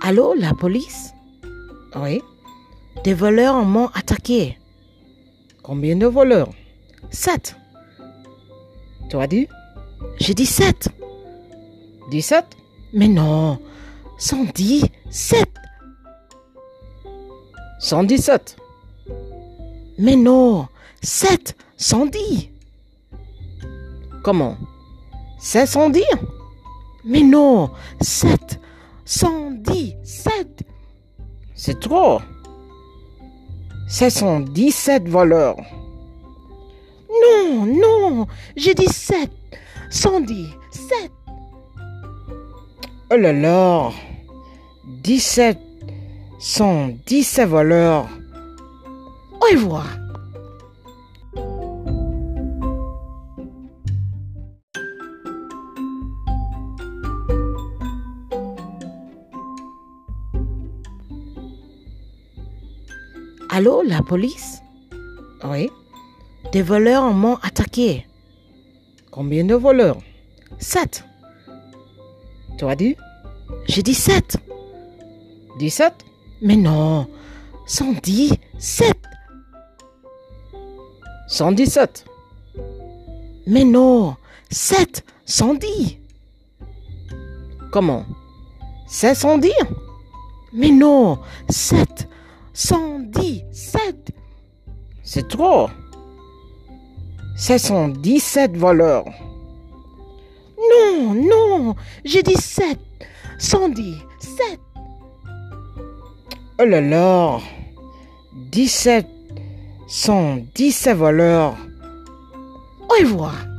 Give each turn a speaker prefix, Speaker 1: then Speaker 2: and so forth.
Speaker 1: Allô, la police
Speaker 2: Oui.
Speaker 1: Des voleurs m'ont attaqué.
Speaker 2: Combien de voleurs
Speaker 1: Sept.
Speaker 2: Tu as dit
Speaker 1: J'ai dit sept.
Speaker 2: 17
Speaker 1: Mais non, 110, sept.
Speaker 2: 117
Speaker 1: Mais non, sept, 110.
Speaker 2: Comment 710
Speaker 1: Mais non, sept, 110, sept.
Speaker 2: C'est trop 717 voleurs
Speaker 1: Non, non, j'ai dit sept, 110, sept.
Speaker 2: Oh là là 17 117 voleurs
Speaker 1: Au revoir. Allô, la police
Speaker 2: Oui.
Speaker 1: Des voleurs m'ont attaqué.
Speaker 2: Combien de voleurs
Speaker 1: Sept.
Speaker 2: Tu as dit
Speaker 1: J'ai dit sept.
Speaker 2: 17
Speaker 1: Mais non, 110, sept.
Speaker 2: 117
Speaker 1: Mais non, sept, 110.
Speaker 2: Comment 710
Speaker 1: Mais non, sept, 110, sept.
Speaker 2: C'est trop 717 voleurs
Speaker 1: Non, non, j'ai dit sept, 110, sept.
Speaker 2: Oh là là 17 117 voleurs
Speaker 1: Au revoir.